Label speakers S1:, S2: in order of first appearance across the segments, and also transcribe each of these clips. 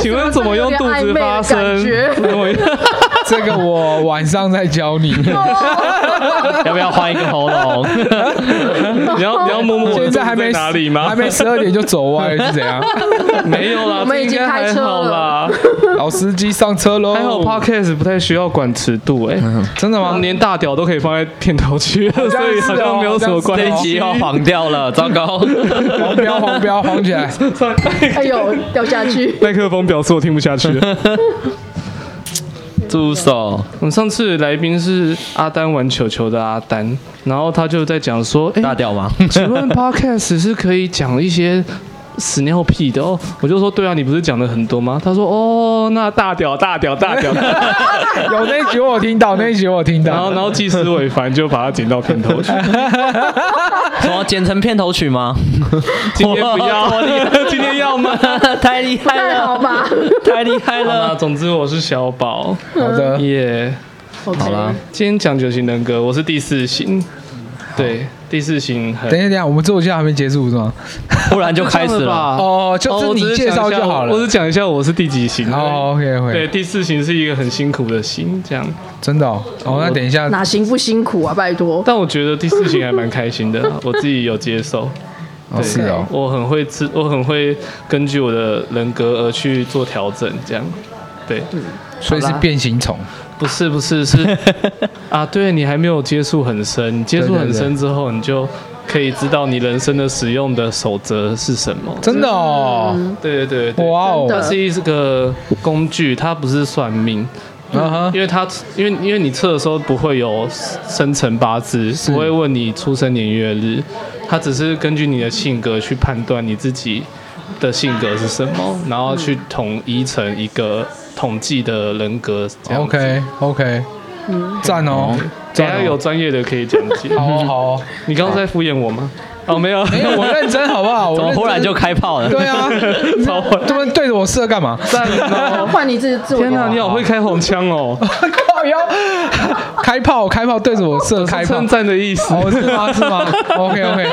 S1: 请问怎么用肚子发声？ 怎么用
S2: 这个我晚上再教你。
S3: 要不要换一个喉咙？
S1: 你
S3: 你要你要摸摸我
S2: 现
S3: 的
S2: 在还
S3: 肚
S2: 没
S3: 子在哪里吗？
S2: 还没十二点就走歪是怎样？
S3: 没有啦，
S1: 我们
S3: 这
S1: 已
S3: 应
S1: 经
S3: 该
S1: 开
S3: 还
S1: 车
S3: 好啦。
S2: 老司机上车喽！
S3: 还
S4: 哦
S3: 好 podcast 不太需要管尺度哎、
S2: 真的
S3: 我
S2: 吗
S3: 们？连大屌都可以放在片头区，
S2: 像
S3: 所以好像
S4: 哦
S3: 没哦有什么关
S2: 这一
S3: 系。
S2: 集要
S4: 黄掉了，糟糕！
S2: 黄标黄标黄起来！
S1: 哎呦，掉 下去！
S3: 麦克风表示我听不下去了。
S4: 住手！
S3: 我们上次来宾是阿丹玩球球的阿丹，然后他就在讲说，哎、
S4: 大屌吗？
S3: 请问 podcast 是可以讲一些屎尿屁的哦？我就说对啊，你不是讲了很多吗？他说哦，那大屌大屌大 屌，
S2: 有那一集我有听到，那一集我有听
S3: 然后
S2: 到。
S3: 然后技师伟凡就把它剪到片头去，
S4: 什么剪成片头曲吗？
S3: 今天不 要，今天要吗？
S4: 太厉害
S1: 太好
S4: 了，
S1: 吧
S4: 太厉害
S3: 好啦，
S4: 了！
S3: 总之我是小宝，
S2: 好的，
S3: 耶、
S1: ？OK，
S4: 好啦
S3: 今天讲九型人格，我是第四型，对，第四型很
S2: 等一下等一下，我们自我介绍还没结束是吗？
S4: 忽然就开始了，
S3: 吧？
S2: 哦，
S3: 哦
S2: 就是
S3: 我只
S2: 你
S3: 是
S2: 介
S3: 讲
S2: 绍
S3: 一下
S2: 就好
S3: 我只
S2: 了。
S3: 讲一下我是第几型。
S2: 哦，OK
S3: 对，
S2: OK，
S3: 第四型是一个很辛苦的型，这样。
S2: 真的哦。哦，那等一下，
S1: 哪行不辛苦啊？拜 托，
S3: 但我觉得第四型还蛮开心 的，我自己有接受。
S2: 哦是哦，
S3: 我很会自，我很会根据我的人格而去做调整，这样。对，
S2: 所以是变形虫。
S3: 不是不 是是啊，对你还没有接触很深，你接触
S2: 对对
S3: 很深之后，你就可以知道你人生的使用的守则是什么。
S2: 真的哦，
S3: 对对对对，
S2: 哇哦，
S3: 它是一个工具，它不是算命，
S2: 嗯哼，
S3: 因为它因为因为你测的时候不会有生辰八字，不会问你出生年月日，它只是根据你的性格去判断你自己的性格是什么，
S2: 嗯
S3: 然后去统一成一个统计的人格这样子。
S2: OK OK，赞哦，
S3: 等
S2: 赞
S3: 一下
S2: 哦
S3: 有专业的可以讲解。
S2: 好哦好哦，
S3: 你刚刚在敷衍我吗？哦，没有，
S2: 没有我认真好不 好？
S4: 怎
S2: 我
S4: 么
S2: 认真
S4: 忽然就开炮了？
S2: 对啊，
S3: 超坏。
S2: 他们对啊着我射干嘛？
S3: 赞哦！
S1: 换你自己自我。
S3: 天哪，你好会开黄腔哦，
S2: 靠腰，开炮开炮对着我射开
S3: 是
S2: 炮
S3: 称，赞的意思。
S2: 哦是吗是吗？OK OK，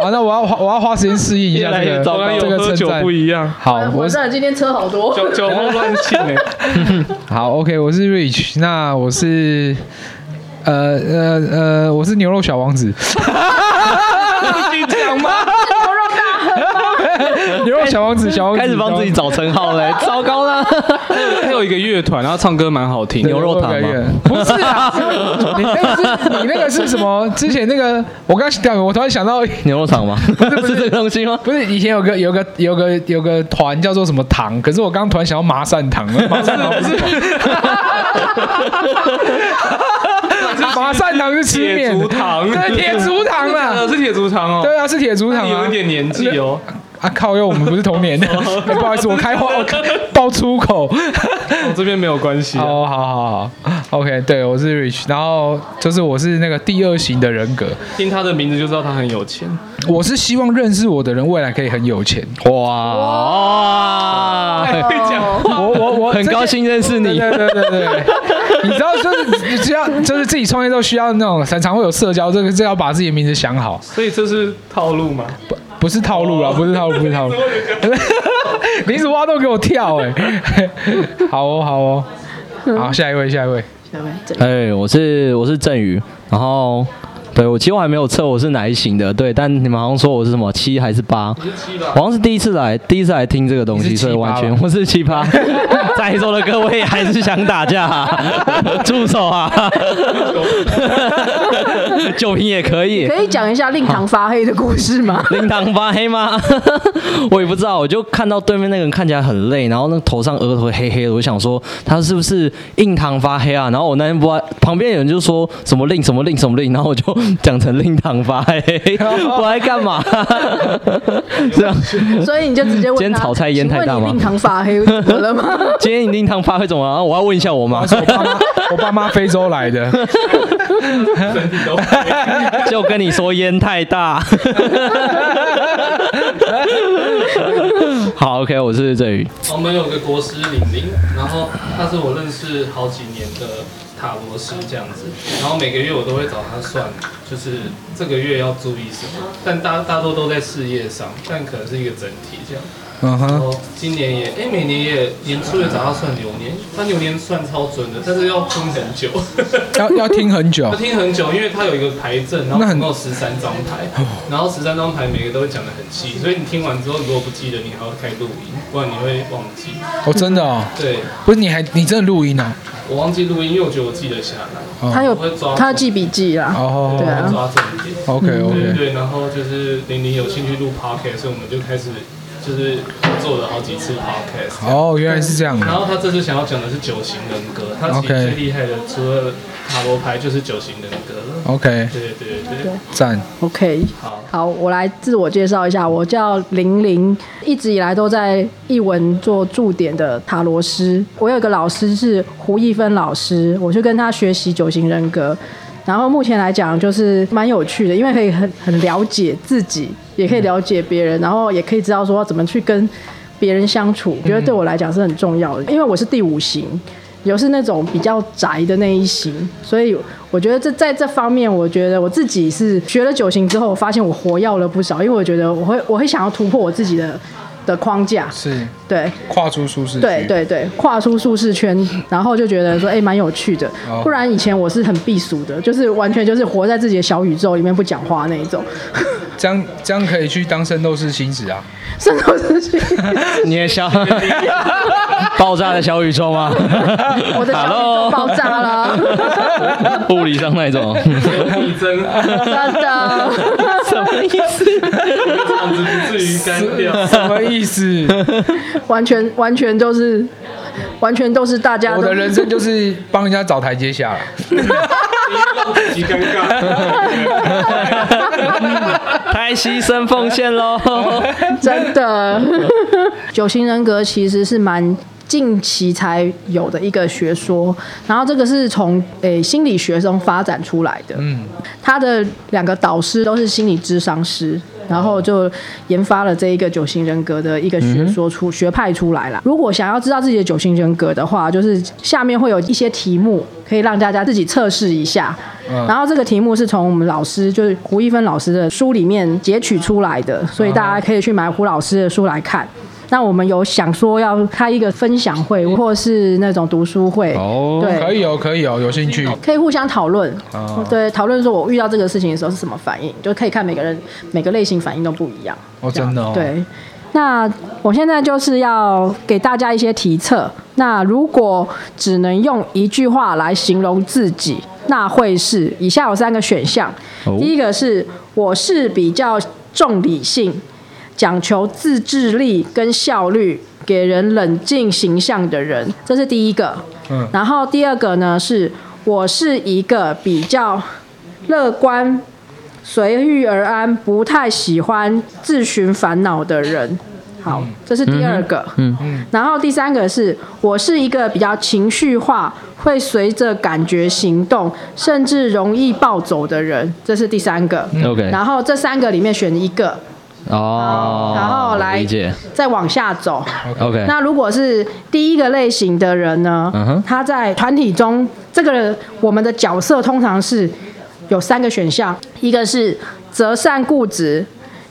S2: 好那我要花我要花时间适应一下
S3: 来
S2: 这
S3: 也糟糕，
S2: 个这
S3: 有喝
S2: 个称
S3: 酒
S2: 赞
S3: 不。一样，
S2: 好，
S1: 哎我
S2: 我
S1: 真的今天车好多，
S3: 酒酒后乱性哎。
S2: 好 OK，我是 Rich，那我是呃呃呃，我是牛肉小王子，
S3: 你讲吗？
S2: 牛肉小王子小王子
S4: 开始帮自己找称号嘞，糟糕了！
S3: 他有一个乐团，然后唱歌蛮好听。
S4: 牛肉糖吗
S2: 不是啊， 你那个是你那个是什么？之前那个我刚讲，我突然想到，
S4: 牛肉肠吗？ 是这个东西吗？
S2: 不是以前有个有个有个有个团叫做什么糖，可是我刚突然想到麻善堂，麻善堂不是吗。麻善堂是吃
S3: 铁
S2: 面
S3: 竹
S2: 的，
S3: 糖，
S2: 对铁竹糖
S3: 呃，
S2: 啊，
S3: 是铁竹糖哦。
S2: 对啊，是铁竹
S3: 那
S2: 糖
S3: 你
S2: 啊
S3: 有一。点年纪哦，
S2: 啊靠，因为我们不是同年的，哎不好意思，我开花我开爆粗口。
S3: 我这边没有关系啊。
S2: 哦，好好好，OK，对我是 Rich，然后就是我是那个第二型的人格，
S3: 听他的名字就知道他很有钱。
S2: 我是希望认识我的人未来可以很有钱。
S4: 哇，
S3: 会讲话，
S2: 我我我
S4: 很高。兴认识
S2: 这
S4: 你，
S2: 对对对对对，你知道就是你只要就是自己创业都需要那种常常会有社交，这个这要把自己的名字想好，
S3: 所以这是套路 嘛？
S2: 不是套路啦，不是套路，不是套路。 你一直挖洞给我跳哎、好哦好哦，好下一位下一位，
S1: 下面这里
S4: 哎，我是我是振宇，然后对我其实我还没有测我是哪一型的，对，但你们好像说我是什么七还是八，我好像是第一次来，第一次来听这个东
S2: 你
S4: 西，
S2: 是七
S4: 所以完全
S2: 八吧
S4: 我是七 八，在座的各位还是想打架、 啊，住手啊，酒瓶也可以。
S1: 可以讲一下令堂发黑的故事吗？
S4: 灵堂发黑吗？ 我也不知道，我就看到对面那个人看起来很累，然后那头上额头黑黑的，我想说他是不是印堂发黑啊？然后我那天不知道旁边有人就说什么令什么令什么令，然后我就讲成令堂发黑， 我还干嘛？ 这样，
S1: 所以你就直接问他，
S4: 今天炒菜腌太大吗
S1: 请问你令堂发黑怎么 了吗？
S4: 今天你令堂发黑怎么了？然后我要问一下我妈
S2: 我，说我爸妈，我爸妈非洲来的，
S4: 就跟你说烟太大。 好，OK，我是郑宇。
S3: 我们有个国师玲玲，然后她是我认识好几年的塔罗师这样子，然后每个月我都会找她算，就是这个月要注意什么，但大大多都在事业上，但可能是一个整体这样。
S2: 嗯
S3: 然
S2: 哼，
S3: 后哦今年也，哎、每年也年初也找她算流年，她流年算超准的，但是要听很 久，
S2: 要要听很久
S3: 要，听很久，因为它有一个牌阵，然后
S2: 那很
S3: 总
S2: 哦
S3: 共有十三张牌，然后十三张牌每个都会讲得很细，所以你听完之后如果不记得，你还要开录音，不然你会忘记。
S2: 哦，真的哦，
S3: 对，
S2: 不是你还你真的录音啊？
S3: 我忘记录音，因为我觉得我记得下来，
S2: 哦
S1: 他有
S3: 我会抓
S1: 他记笔记啦，对嗯
S2: 哦
S1: 啊
S3: 我抓重点。
S2: ，OK
S3: 对对
S2: OK，
S3: 对，然后就是玲玲有兴趣录 podcast，所以我们就开始就是做了好几次 podcast。
S2: 哦，原来是这样
S3: 然
S2: 啊，
S3: 后他这次想要讲的是九型人格，他其
S2: OK
S3: 实最厉害的除了塔罗牌就是九型人格了。
S2: ，OK，
S3: 对对对对，
S2: 赞，
S1: OK，
S3: 好
S1: 好，我来自我介绍一下，我叫玲玲，一直以来都在译文做驻点的塔罗师。我有一个老师是胡一芬老师，我去跟他学习九型人格。然后目前来讲就是蛮有趣的，因为可以很很了解自己，也可以了解别人，然后也可以知道说怎么去跟别人相处，我觉得对我来讲是很重要的，因为我是第五型，又是那种比较宅的那一型，所以我觉得这在这方面，我觉得我自己是学了九型之后，我发现我活跃了不少，因为我觉得我会我会想要突破我自己的的框架，
S2: 是
S1: 对，
S2: 跨出舒适区，
S1: 对对对，跨出舒适圈，然后就觉得说，哎、蛮有趣的
S2: 哦。
S1: 不然以前我是很避俗的，就是完全就是活在自己的小宇宙里面不讲话那一种。
S2: 这样这样可以去当圣斗士星矢啊，
S1: 圣斗士星矢，
S4: 你也 想爆炸的小宇宙吗？
S1: 我的小宇宙 爆炸了，
S4: 物理上那一种，
S3: 力争，
S1: 真的。
S4: 什么意思？
S3: 这样子不至于干掉。
S2: 什么意思？
S1: 完全完全都是，完全都是大家
S2: 我
S1: 都
S2: 的人生就是帮人家找台阶下啦，
S3: 让自己尴尬。
S4: 太牺牲奉献 喽！
S1: 真的。九型人格其实是蛮近期才有的一个学说，然后这个是从诶、心理学中发展出来的。嗯，他的两个导师都是心理智商师，然后就研发了这一个九型人格的一个学说出、学派出来啦。如果想要知道自己的九型人格的话，就是下面会有一些题目可以让大家自己测试一下。
S2: 嗯
S1: 然后这个题目是从我们老师，就是胡一芬老师的书里面截取出来的，所以大家可以去买胡老师的书来看。那我们有想说要开一个分享会，或是那种读书会，
S4: 哦
S1: 对，
S2: 可以哦，可以哦，有兴趣，
S1: 可以互相讨论，
S2: 哦
S1: 对，讨论说我遇到这个事情的时候是什么反应，就可以看每个人每个类型反应都不一样。
S2: 哦，真的哦，，
S1: 对，那我现在就是要给大家一些题测。那如果只能用一句话来形容自己，那会是以下有三个选项。
S4: 哦
S1: 第一个是我是比较重理性，讲求自制力跟效率，给人冷静形象的人，这是第一个。
S2: 嗯
S1: 然后第二个呢是我是一个比较乐观随遇而安，不太喜欢自寻烦恼的人。好，这是第二个。嗯嗯。然后第三个是我是一个比较情绪化，会随着感觉行动，甚至容易暴走的人。这是第三个。
S4: OK
S1: 然后这三个里面选一个，
S4: 哦，
S1: 然后来
S4: 理解。
S1: 再往下走。
S4: OK，
S1: 那如果是第一个类型的人呢？
S4: 嗯哼
S1: 他在团体中，这个人我们的角色通常是有三个选项，一个是择善固执。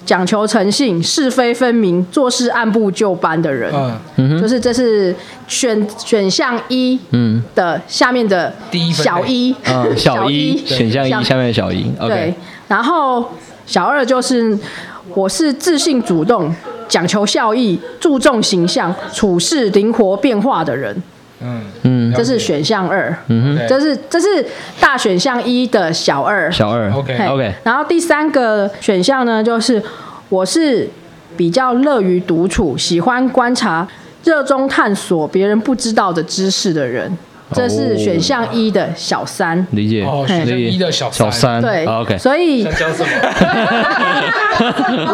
S1: 讲求诚信、是非分明、做事按部就班的人，
S2: 嗯，
S1: 就是这是选选项一
S4: 嗯
S1: 的下面的
S2: 第一分类
S1: 小一，
S4: 嗯，小一选项
S1: 小
S4: 一下面的小一
S1: 对
S4: ，OK，，
S1: 然后小二就是我是自信、主动、讲求效益、注重形象、处事灵活变化的人，
S2: 嗯
S4: 嗯
S1: 这是选项二。
S4: 嗯哼，
S2: OK
S1: 这是这是大选项一的小二。
S4: 小二
S2: OK
S1: 嘿
S4: OK，
S1: 然后第三个选项呢，就是我是比较乐于独处、喜欢观察、热衷探索别人不知道的知识的人。这
S4: 哦
S1: 是选项一的小三。
S4: 理解。
S2: 哦
S1: 选项
S4: 理解
S2: 一的小三
S4: 小三，
S1: 对、
S4: 啊 OK。
S1: 所以
S3: 讲什么？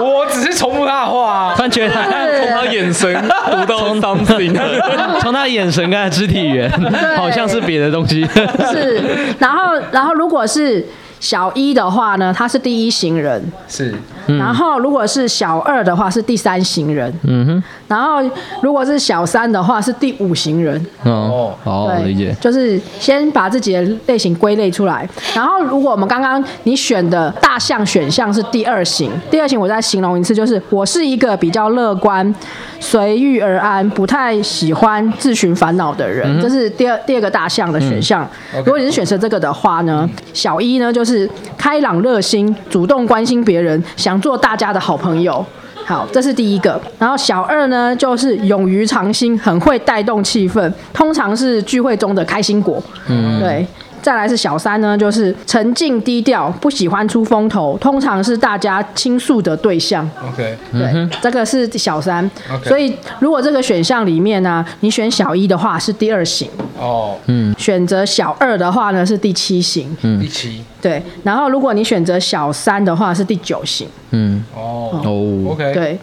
S2: 我只是重复他的话、啊，
S4: 突然觉得
S3: 从他眼神读到 something，
S4: 他，从他的眼神跟他的肢体语言，好像是别的东西。
S1: 是，然后然后如果是小一的话呢，他是第一行人，
S2: 是
S1: 然后如果是小二的话是第三行人，嗯哼，然后如果是小三的话是第五行人，
S4: 哦，哦，
S1: 对，
S4: 理解。
S1: 就是先把自己的类型归类出来，然后如果我们刚刚你选的大象选项是第二型，第二型我再形容一次，就是我是一个比较乐观、随遇而安、不太喜欢自寻烦恼的
S4: 嗯
S1: 人，这是第二第二个大象的选项。如果你是选择这个的话呢，小一呢就是开朗热心、主动关心别人，想做大家的好朋友。好，这是第一个。然后小二呢，就是勇于尝新，很会带动气氛，通常是聚会中的开心果。嗯，对。再来是小三呢，就是沉静低调，不喜欢出风头，通常是大家倾诉的对象。
S2: OK，
S1: 对，这个是小三。
S2: OK
S1: 所以如果这个选项里面呢、你选小一的话是第二型，
S2: 哦，
S1: 嗯选择小二的话呢是第七型。
S2: 一期
S1: 对，然后如果你选择小三的话是第九型。
S4: 嗯，
S2: 哦
S4: 哦，
S2: ，OK，
S1: 对，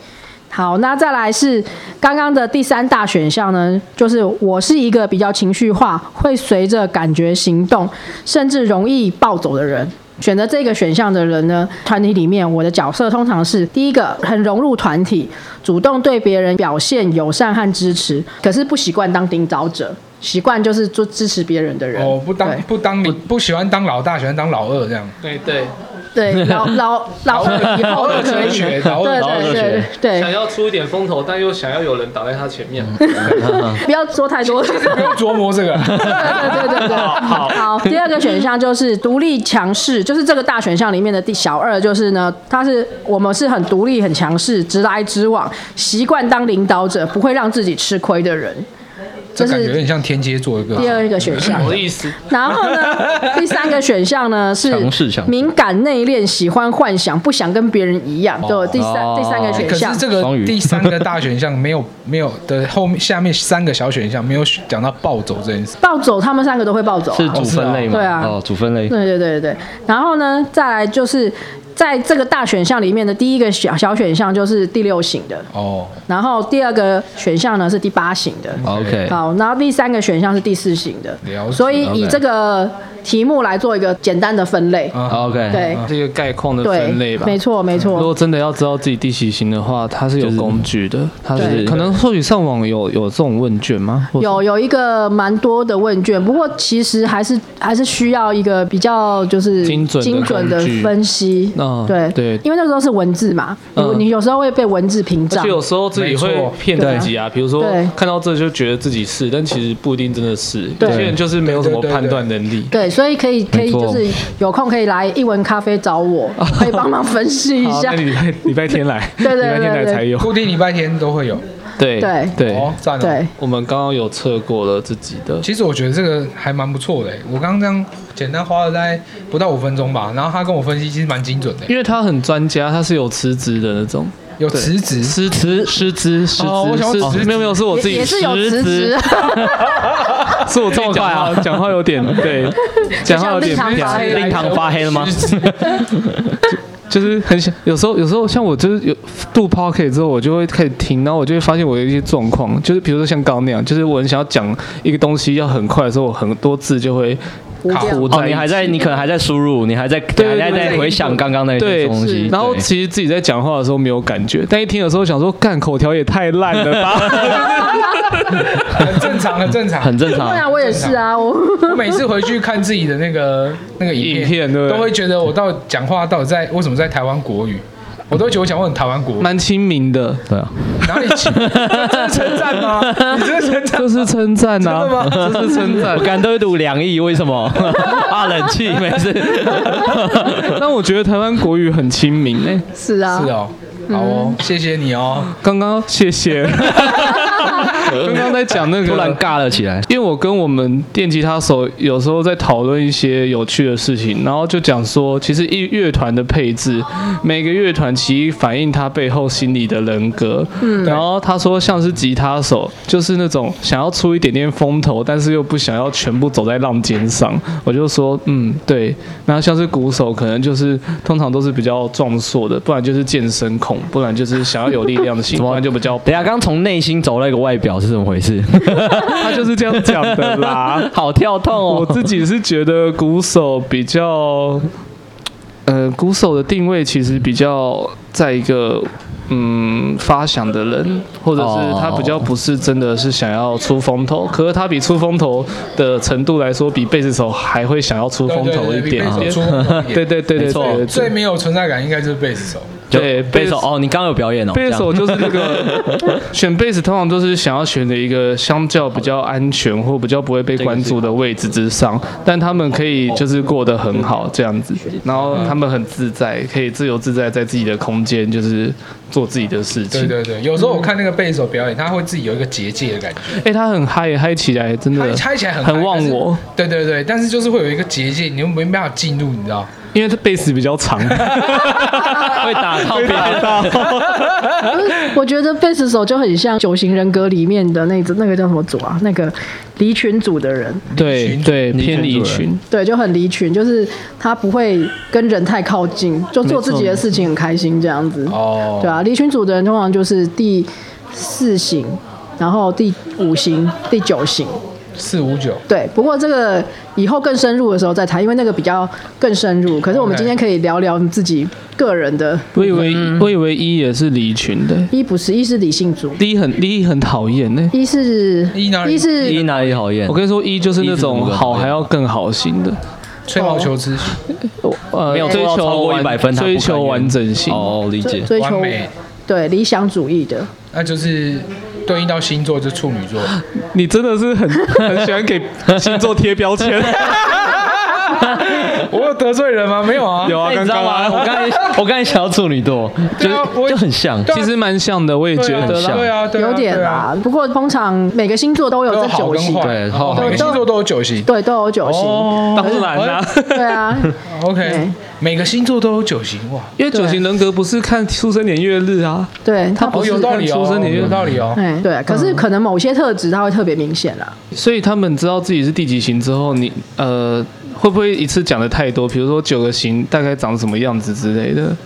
S1: 好，那再来是刚刚的第三大选项呢，就是我是一个比较情绪化，会随着感觉行动，甚至容易暴走的人。选择这个选项的人呢，团体里面我的角色通常是第一个很融入团体，主动对别人表现友善和支持，可是不习惯当领导者，习惯就是做支持别人的人。
S2: 哦，不当
S1: 对
S2: 不当不不喜欢当老大，喜欢当老二这样。
S3: 对对，
S1: 对老老老二以后都可以，对
S2: 老二
S1: 对
S4: 哲
S1: 对
S4: 学
S1: 对
S3: 想，要出一点风头，但又想要有人挡在他前面。
S2: 嗯
S1: 不要说太多。
S2: 不用琢磨这个，
S1: 对对对对，
S3: 好
S1: 第二个选项就是独立强势，就是这个大选项里面的第小二，就是呢，他是我们是很独立、很强势、直来直往，习惯当领导者，不会让自己吃亏的人。
S2: 这
S1: 这
S2: 感觉有
S1: 是
S2: 点像天蝎座的歌手。
S1: 第二个选项
S3: 什。么意思？
S1: 然后呢，第三个选项呢是
S4: 强势强势
S1: 敏感内敛，喜欢幻想，不想跟别人一样。对，第三
S4: 哦
S1: 第三个选
S2: 可
S1: 项
S2: 是。这
S4: 双
S2: 个
S4: 鱼
S2: 第三个大选项没有没有的后面下面三个小选项没有讲到暴走这件事。
S1: 暴走，他们三个都会暴走啊、
S4: 是主分类吗？
S1: 对啊
S4: 哦，主分类。
S1: 对对对对对，然后呢，再来就是在这个大选项里面的第一个小小选项就是第六型的，
S2: 哦，
S1: 然后第二个选项呢是第八型的。
S4: OK，
S1: 好，然后第三个选项是第四型的
S2: 了，解
S1: 所以以
S4: OK
S1: 这个题目来做一个简单的分类。
S4: 哦
S2: 啊
S4: OK，
S1: 对
S3: 这个概况的
S1: 对
S3: 哦分类，吧。
S1: 没错没
S3: 如
S1: 错
S3: 果，真的要知道自己地形型的话，它是有工具的，它
S1: 对
S3: 是可能或许上网有有这种问卷吗？或是
S1: 有有一个蛮多的问卷，不过其实还是还是需要一个比较就是
S3: 精准的
S1: 精准的
S3: 工具
S1: 分析。
S3: 嗯
S1: 对
S3: 对
S1: 因为那时候是文字嘛，
S3: 嗯
S1: 你有时候会被文字屏
S3: 而
S1: 障
S3: 且。有时候自己会骗自己啊，比如说
S1: 对
S3: 看到这就觉得自己是，但其实不一定真的是。
S1: 对
S3: 有些人就是没有什么判断能力。
S1: 对，所以可以可以
S4: 没错
S1: 就是有空可以来一文咖啡找 我，我可以帮忙分析一
S3: 好，
S1: 下
S3: 那。礼拜礼拜天来，
S1: 对对对
S3: 礼拜天来才有。
S2: 固定礼拜天都会有。
S3: 对
S1: 对
S3: 对，
S2: 哦，赞哦。
S1: 对，
S3: 我们刚刚有测过了自己的，
S2: 其实我觉得这个还蛮不错的，欸我刚刚这样简单花了大概不到五分钟吧，然后他跟我分析其实蛮精准的，欸
S3: 因为他很专家，他是有辞职的那种。
S2: 有辞 职，
S3: 师资师资师资
S2: 哦我想要
S3: 师
S2: 辞职
S3: 资没有没有是哦我自
S1: 也
S3: 己
S1: 也是有
S3: 师
S1: 辞 职
S3: 资，，是我这么快啊，讲话有点对， 讲话有点
S1: 像令堂发黑
S4: 令堂发黑了吗？
S3: 就是很想，有时候有时候像我就是有录 p o c k e t 之后，我就会开始听，然后我就会发现我有一些状况，就是比如说像刚刚那样，就是我很想要讲一个东西要很快的时候，我很多字就会
S1: 糊掉
S3: 糊
S4: 哦，
S3: 在一
S4: 你还
S3: 起。
S4: 在，你可能还在输入，你还在，你
S3: 对
S4: 还
S3: 对
S4: 在
S3: 对
S4: 回想刚刚那
S3: 对
S4: 些东西。
S3: 然后
S4: 对
S3: 其实自己在讲话的时候没有感觉，但一听的时候想说，干口条也太烂了 吧！
S2: 很正常，很正常。
S4: 很正常
S1: 对。啊，我也是啊，我
S2: 我每次回去看自己的那个那个影
S3: 影片对不对
S2: 都会觉得我到底讲话到底在为什么在台湾国语，我都会觉得我讲话很台湾国语，
S3: 蛮亲民的，
S4: 对啊，
S2: 哪里 奇？这是称赞吗？你这是称赞？
S3: 这是称赞 呐、啊，这是称赞
S4: 我。 刚都会读两亿，为什么？ 啊，冷气没事。
S3: 但我觉得台湾国语很亲民诶、哎
S1: 是啊
S3: 嗯
S2: 是，哦，好哦，谢谢你哦。
S3: 刚刚谢谢，刚刚在讲那个，
S4: 突然尬了起来。
S3: 因为我跟我们电吉他手有时候在讨论一些有趣的事情，然后就讲说，其实一乐团的配置，每个乐团其实反映他背后心里的人格。嗯，然后他说像是吉他手，就是那种想要出一点点风头，但是又不想要全部走在浪尖上。我就说，嗯，对。那像是鼓手，可能就是通常都是比较壮硕的，不然就是健身控，不然就是想要有力量的型，
S4: 怎么
S3: 不然就比较
S4: 等一下，刚从内心走到一个外表是怎么回事？
S3: 他就是这样讲的啦。
S4: 好跳痛
S3: 我
S4: 哦！
S3: 自己是觉得鼓手比较，呃，鼓手的定位其实比较在一个嗯发想的人，或者是他比较不是真的是想要出风头，可是他比出风头的程度来说，比贝斯手还会想要出风头一点
S2: 对对对比贝斯
S3: 点
S2: 手。出风头一点
S3: 对对对
S4: 没
S3: 对
S4: 错
S3: 对嗯
S2: 最
S3: 对，
S2: 没有存在感应该就是贝斯手。
S4: 就
S3: 对
S4: 贝斯手
S3: 贝斯
S4: 哦，你刚刚有表演哦，
S3: 贝斯手
S4: 这样
S3: 就是那 个选贝斯，通常都是想要选择一个相较比较安全或比较不会被关注的位置之上，但他们可以就是过得很好这样子，然后他们很自在，可以自由自在在自己的空间，就是做自己的事
S2: 对
S3: 情。
S2: 对对，有时候我看那个贝斯手表演，他会自己有一个结界的感觉，
S3: 哎、他很嗨，嗨起来真
S2: 他
S3: 的
S2: 拆起来很
S3: 嗯很
S2: 嗨
S3: 忘我，。
S2: 但是对对对，但是就是会有一个结界，你又没办法进入，你知道？
S3: 因为他贝斯比较 长，
S4: 会打 到别人。
S1: 我觉得贝斯手就很像《九型人格》里面的那个那个叫什么组啊，那个离群组的人，
S3: 对对偏离群，
S1: 对，就很离群，就是他不会跟人太靠近，就做自己的事情很开心这样子。
S2: 哦
S1: 对啊，离群组的人通常就是第四型，然后第五型、第九型。
S2: 四五九，
S1: 对，不过这个以后更深入的时候再谈，因为那个比较更深入。可是我们
S2: OK
S1: 今天可以聊聊你自己个人的。
S3: 我以为、
S2: 嗯
S3: 我以为一也是离群的，
S1: 一不是，一是理性组，
S3: 一很一很讨厌
S2: 嗯
S3: 呢。
S1: 一是
S2: 一哪里
S1: 一是
S4: 一哪里讨厌？
S3: 我跟你说，一就是那
S4: 一是怎么
S3: 种
S4: 个
S3: 好还要更好型的，
S2: 吹毛求疵，
S3: 呃，
S4: 没有
S3: 追
S4: 做到超
S3: 求
S4: 过
S3: 完
S4: 100分他不可以
S3: 追求完整性。
S4: 哦，理解。
S1: 追
S2: 完
S1: 求
S2: 美，
S1: 对理想主义的。
S2: 那就是对应到星座就是处女 座，
S3: 你真的是很 很喜欢给星座贴标签，
S2: 我有得罪人吗？没有啊，
S3: 有啊，
S4: 哎你
S3: 刚
S4: 知道
S3: 刚
S4: 吗？
S3: 啊。
S4: 我刚才我刚才想要处女座，就
S2: 对啊我
S4: 是就很像。
S2: 对啊
S3: 其实蛮像的，我也觉
S2: 对啊，
S3: 得啦。
S2: 对啊，对啊，
S1: 有点
S2: 对啊，
S1: 啦。不过通常每个星座都有
S2: 都
S1: 这
S2: 有好
S1: 九
S2: 跟
S1: 型，
S2: 坏，
S4: 对
S2: 然后
S4: 好
S2: 每
S1: 都
S2: 个星座都有九型，
S1: 对，都有九型。
S2: 哦，
S3: 当然啦，
S1: 对啊，
S2: OK，
S1: 对
S2: 每个星座都有九型哇，
S3: 因为九型人格不是看出生年月日啊，
S1: 对，
S3: 他不
S2: 哦，
S3: 是
S2: 有道理
S3: 看出
S2: 哦
S3: 生，年嗯月
S2: 有道理哦。
S1: 哎，对，可是可能某些特质它会特别明显啦。
S3: 所以他们知道自己是第几型之后，你呃会不会一次讲的太多？比如说九个型大概长什么样子之类的。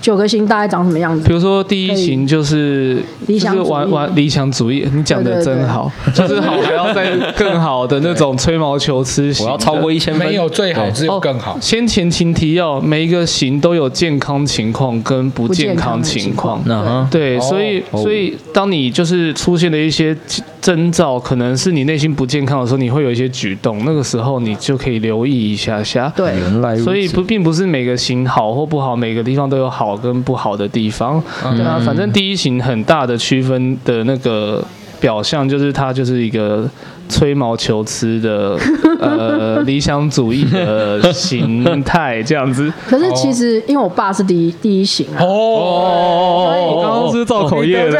S1: 九个星大概长什么样
S3: 比
S2: 嗯
S1: 子？
S3: 如说第一型就是
S1: 理想
S3: 就
S1: 主义
S3: 是玩玩理想主义，你讲的真好，就是好还要再更好的那种吹毛求疵型
S4: 我
S3: 的。
S4: 要超过一千分，
S2: 没有最好，
S4: 对
S2: 只有更好
S3: 哦。。先前情提要，每一个型都有健康情况跟不健康情况。
S4: 那哈，
S3: 对，
S2: 哦
S3: 所以
S4: 哦
S3: 所以当你就是出现了一些征兆，可能是你内心不健康的时候，你会有一些举动，那个时候你就可以留意一下下。
S1: 对，
S4: 原来如此
S3: 所以不并不是每个型好或不好，每个地方都有好跟不好的地方。那反正第一型很大的区分的那个表象，就是它就是一个吹毛求疵的呃理想主义的形态这样子。
S1: 可是其实因为我爸是第一第一型啊，
S3: 哦，刚刚是造口业的，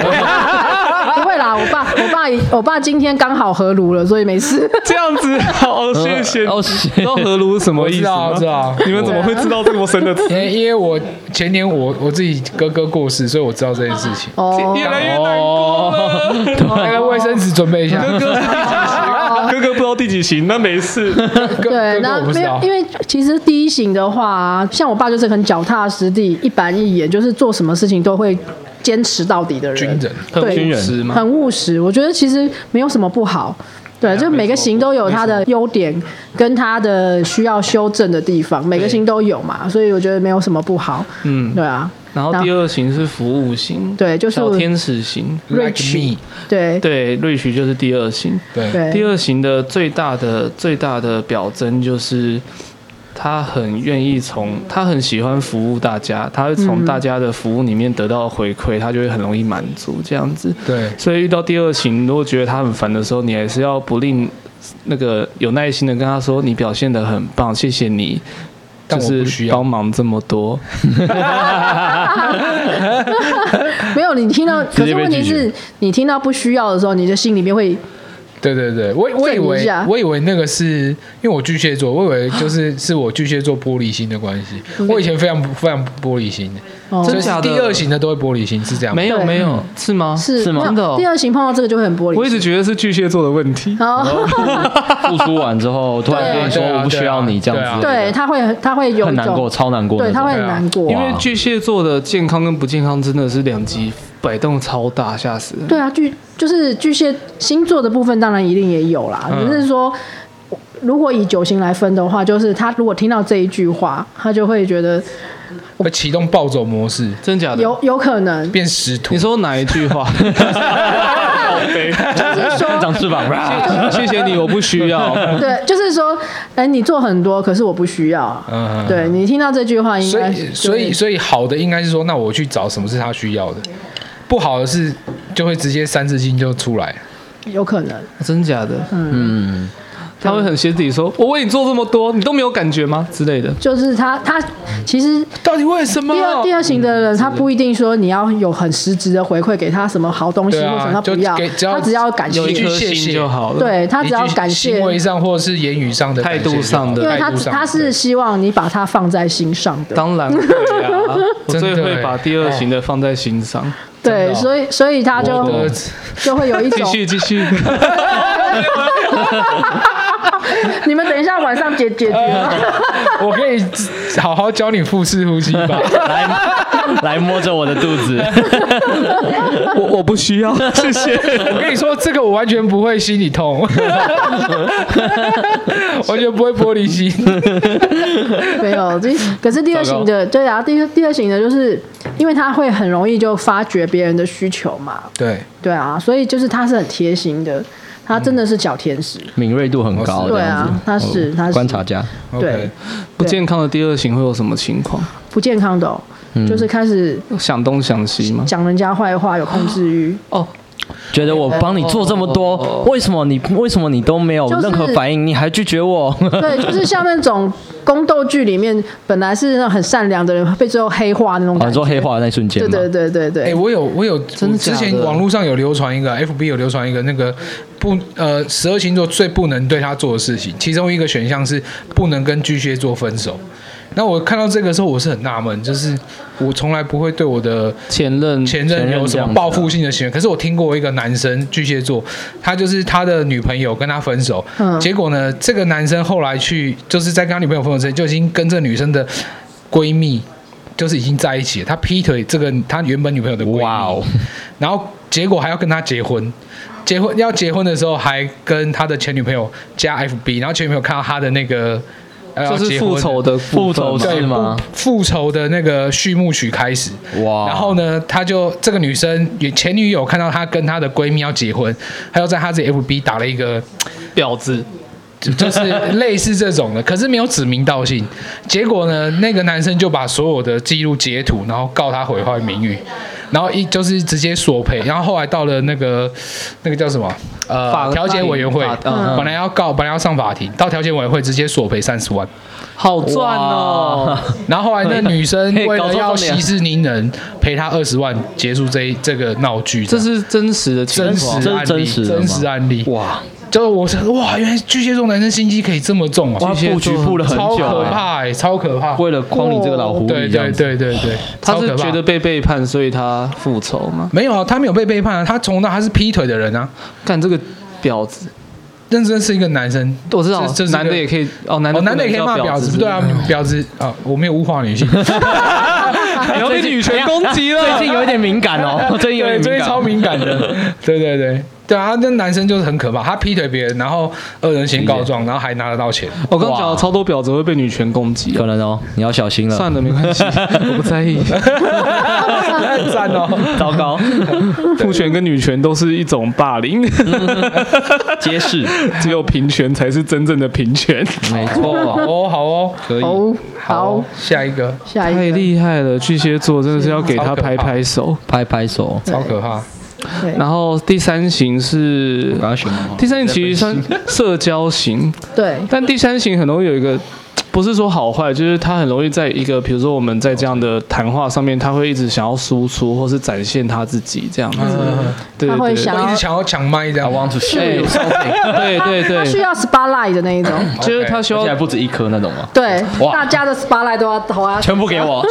S1: 不会啦，我爸我爸我爸今天刚好合炉了，所以没 事。
S3: 这样子好，谢谢。
S4: 哦
S3: 你知道河炉是什么
S2: 我
S3: 意
S2: 知
S3: 思
S2: 道，
S3: 吗
S2: 我？知道。
S3: 你们怎么会知道这么深的词？
S2: 因为因为我前年我我自己哥哥过世，所以我知道这件事情。
S1: 哦，
S3: 越来越难过了。
S2: 那个卫生纸准备一下。
S3: 哥哥是第几型？哥哥不知道第几型，那没事。
S2: 哥
S1: 对，
S2: 哥哥
S1: 那
S2: 我不知
S1: 没有
S2: 道，
S1: 因。为其实第一型的话、像我爸就是很脚踏实地、一板一眼，就是做什么事情都会坚持到底的人。
S2: 军人
S3: 很
S1: 对
S3: 军人吗
S1: 很务实。我觉得其实没有什么不好。对，就每个型都有它的优点跟它的需要修正的地方，每个型都有嘛，所以我觉得没有什么不好。嗯，对啊。
S3: 然后第二型是服务型，
S1: 对就是
S3: 小天使型。
S2: Like
S1: Rich
S2: me，
S1: 对
S3: 对，瑞许就是第二型。
S2: 对，
S1: 对
S3: 第二型的最大的最大的表征就是，他很愿意从他很喜欢服务大家，他会从大家的服务里面得到回馈，他就会很容易满足这样子。
S2: 对
S3: 所以遇到第二型，如果觉得他很烦的时候，你还是要不吝那个有耐心的跟他说，你表现得很棒，谢谢你。
S2: 但
S3: 就
S2: 我不
S3: 是
S2: 需要
S3: 帮忙这么多，
S1: 没有，你听到，可是问题
S4: 直接被
S1: 是你听到不需要的时候，你的心里面会
S2: 对对对，我我
S1: 整
S2: 以
S1: 一
S2: 为
S1: 下
S2: 我以为那个是因为我巨蟹座，我以为就是是我巨蟹座玻璃心的关系。我以前非常非常玻璃心的，
S1: 哦
S2: 所以
S3: 真假的
S2: 第二型的都会玻璃心，是这样吗。
S3: 没有
S1: 对
S3: 没有，是吗？
S1: 是
S4: 是吗
S1: 那
S3: 真的哦
S1: 第二型碰到这个就会很玻璃
S3: 我一
S1: 心。哦
S3: 直觉得是巨蟹座的问题。
S1: 然后，
S4: 付出完之后，突然跟你说
S2: 对啊
S4: 我不需要你这样子，
S1: 对，他会他会有一
S4: 哦很难过，
S1: 种，
S4: 超难过那
S1: 对
S4: 种。
S1: 他会很
S2: 对啊
S1: 难过
S4: 因
S3: 因
S4: 哇。
S3: 为巨蟹座的健康跟不健康真的是两极摆动超大，吓死人。
S1: 对啊，巨就是巨蟹星座的部分，当然一定也有啦，
S2: 嗯
S1: 只是说。如果以九型来分的话，就是他如果听到这一句话，他就会觉得
S2: 会启动暴走模式，
S3: 真假的？
S2: 嗯
S1: 有有可能，
S2: 变石土
S3: 你。说哪一句 话？靠北
S1: 就是
S4: 长
S1: 说，
S4: 翅膀啦。
S3: 谢谢你，我不需要。
S1: 对，就是说，哎、你做很多，可是我不需要啊。
S2: 嗯嗯嗯
S1: 对你听到这句话，应
S2: 所
S1: 该
S2: 以所以
S1: 就是
S2: 所以好的应该是说，那我去找什么是他需要的，不好的是就会直接三字经就出来。
S1: 有可能，
S3: 真假的？
S4: 嗯，
S3: 他会很歇斯底里说：“我为你做这么多，你都没有感觉吗？”之类的。
S1: 就是他他其实
S2: 到底为什么？嗯
S1: 第二第二型的人，他不一定说你要有很实质的回馈给他什么好东西
S2: 对
S1: 或
S2: 啊
S1: 者他不要
S2: 就给，只要
S1: 他只要感谢
S3: 有一
S2: 句
S3: 颗
S2: 谢谢
S3: 心就好了。，
S1: 对他只要感
S2: 一
S1: 谢
S2: 句行为上或者是言语上的
S3: 态度
S2: 感谢就好
S3: 上的
S1: 因为他
S2: 态度上
S1: 他是希望你把他放在心上的，
S3: 当然会啊，我
S2: 真的
S3: 最会把
S2: 欸
S3: 第二型的放在心上。
S1: 对，
S2: 真的哦
S1: 所以所以他
S2: 我
S1: 就
S2: 的
S1: 就会有一
S3: 继
S1: 种，
S3: 续，继续。
S1: 你们等一下晚上解解 决，
S2: 我可以好好教你腹式呼吸 吧。
S4: 来来摸着我的肚子，
S3: 我我不需要，谢谢。
S2: 我跟你说，这个我完全不会心里痛， 完全不会玻璃心。
S1: 没有，这可是第二型的，对啊，第第二型的就是因为他会很容易就发掘别人的需求嘛，
S2: 对，
S1: 对啊，所以就是他是很贴心的，他真的是小天使，
S4: 敏锐度很高，这
S1: 对
S4: 样
S1: 啊
S4: 子，
S1: 他是他是
S4: 观察家。
S1: 对
S2: 嗯 OK，
S3: 不健康的第二型会有什么情况？
S1: 不健康的哦，
S2: 嗯
S1: 就是开始
S3: 想东想西吗？
S1: 讲人家坏话，有控制欲，
S3: 哦，
S4: 觉得我帮你做这么
S1: 哦
S4: 多，为什么你为什么你都没有任何反应，你还拒绝我？
S1: 对，就是像那种宫斗剧里面本来是那种很善良的人，被最后黑化那种
S4: 哦，
S1: 感
S4: 你
S1: 觉。
S4: 说黑化的那瞬间
S1: 对
S4: 吗？
S1: 对对对
S2: 哎、
S1: 对，
S2: 我有我有，
S3: 的
S2: 我
S3: 假
S2: 之
S3: 的
S2: 前网络上有流传一个啊，FB 有流传一个那个不呃十二星座最不能对他做的事情，其中一个选项是不能跟巨蟹座分手。那我看到这个时候，我是很纳闷，就是我从来不会对我的
S3: 前任
S2: 前任有什么报复性的行为。可是我听过一个男生巨蟹座，他就是他的女朋友跟他分手，
S1: 嗯
S2: 结果呢，这个男生后来去就是在跟他女朋友分手之前，就已经跟这女生的闺蜜就是已经在一起了，他劈腿这个他原本女朋友的闺蜜，
S4: 哇哦，
S2: 然后结果还要跟他结婚。结婚要结婚的时候，还跟他的前女朋友加 FB，然后前女朋友看到他的那个，呃
S3: 就
S2: 要
S3: 是
S2: 结婚
S3: 复
S2: 的
S3: 仇的
S4: 复仇
S3: 部分嘛
S4: 是
S2: 对
S4: 吗
S2: 复复仇的那个序幕曲开始，
S4: 哇！
S2: 然后呢，她就这个女生也前女友看到她跟她的闺蜜要结婚，她就在她自己 FB 打了一个
S3: 婊子。
S2: 就 就是类似这种的，可是没有指名道姓。结果呢，那个男生就把所有的记录截图，然后告她毁坏名誉，然后一就是直接索赔。然后后来到了那个那个叫什么
S3: 法
S2: 呃调解委员会
S3: 法，嗯
S2: 本来要告，本来要上法庭，到调解委员会直接索赔三 十万。
S3: 好赚哦！
S2: 然后后来那女生
S4: 嘿
S2: 为
S4: 搞
S2: 了
S4: 错
S2: 要
S4: 重点
S2: 息事宁人，赔她二十万，结束这一这个闹剧。
S3: 这是真实的情
S2: 真实
S3: 况，
S2: 案例，
S4: 这是真实的吗
S2: 真实案例。
S4: 哇，
S2: 就是我是哇，原来巨蟹座男生心机可以这么重
S4: 哇
S2: 啊，
S4: 布局布了很
S2: 超
S4: 久
S2: 可
S4: 欸，
S2: 怕哎，超可怕。
S4: 为了框你这个老狐
S2: 哦对
S4: 狸这样
S2: 对
S4: 子，
S2: 对对对，
S3: 他
S2: 超
S3: 是
S2: 可怕
S3: 觉得被背叛，所以他复仇吗？
S2: 没有啊，他没有被背叛啊，他从那他是劈腿的人啊，
S3: 干这个婊子，
S2: 认真是一个男生，
S3: 我知道
S2: 这这是一个
S3: 男的也可以哦，男的
S2: 哦，男的也可以骂
S3: 婊
S2: 婊子，对啊，婊子啊，我没有物化女性，
S3: 你哎要被女权攻击了。
S4: 最近有一点敏感哦， 最近有
S2: 对，
S4: 一点
S2: 最
S4: 敏
S2: 近
S4: 感，
S2: 超敏感的，对对对。对啊，那男生就是很可怕，他劈腿别人，然后恶人先告状，然后还拿得到钱。
S3: 我刚刚讲
S4: 哇
S3: 了超多婊子会被女权攻击，
S4: 可能哦，你要小心了。
S3: 算了，没关系，我不在意。
S2: 赞哦！
S4: 糟糕，
S3: 父权跟女权都是一种霸 凌，
S4: 揭示，
S3: 只有平权才是真正的平权。
S4: 没错，
S2: 好哦，好哦，可以
S1: 哦，好，
S2: 下一个，
S1: 下
S3: 太
S1: 一个，
S3: 厉害了，巨蟹座真的是要给他拍拍手。
S4: 拍拍手，
S2: 超可怕。
S1: 对，
S3: 然后第三型是
S4: 不要选哦
S3: 第三型其实算社交型，
S1: 对，
S3: 但第三型很容易有一个。不是说好坏，就是他很容易在一个，比如说我们在这样的谈话上面，他会一直想要输出或是展现他自己这样子。对
S1: 他
S3: 对
S1: 会
S3: 对
S1: 想
S2: 我一直想要抢麦这
S5: I
S2: 样。
S5: want to show
S3: 哎
S5: you something，
S3: 对对
S1: 他需
S3: 对，
S1: 要 spotlight 的那 一种，
S3: 就是他需
S5: 而
S3: 要
S5: 且还不止一颗那种嘛，
S1: 对，
S5: 哇
S1: 大家的 spotlight 都要投啊，
S5: 全部给 我。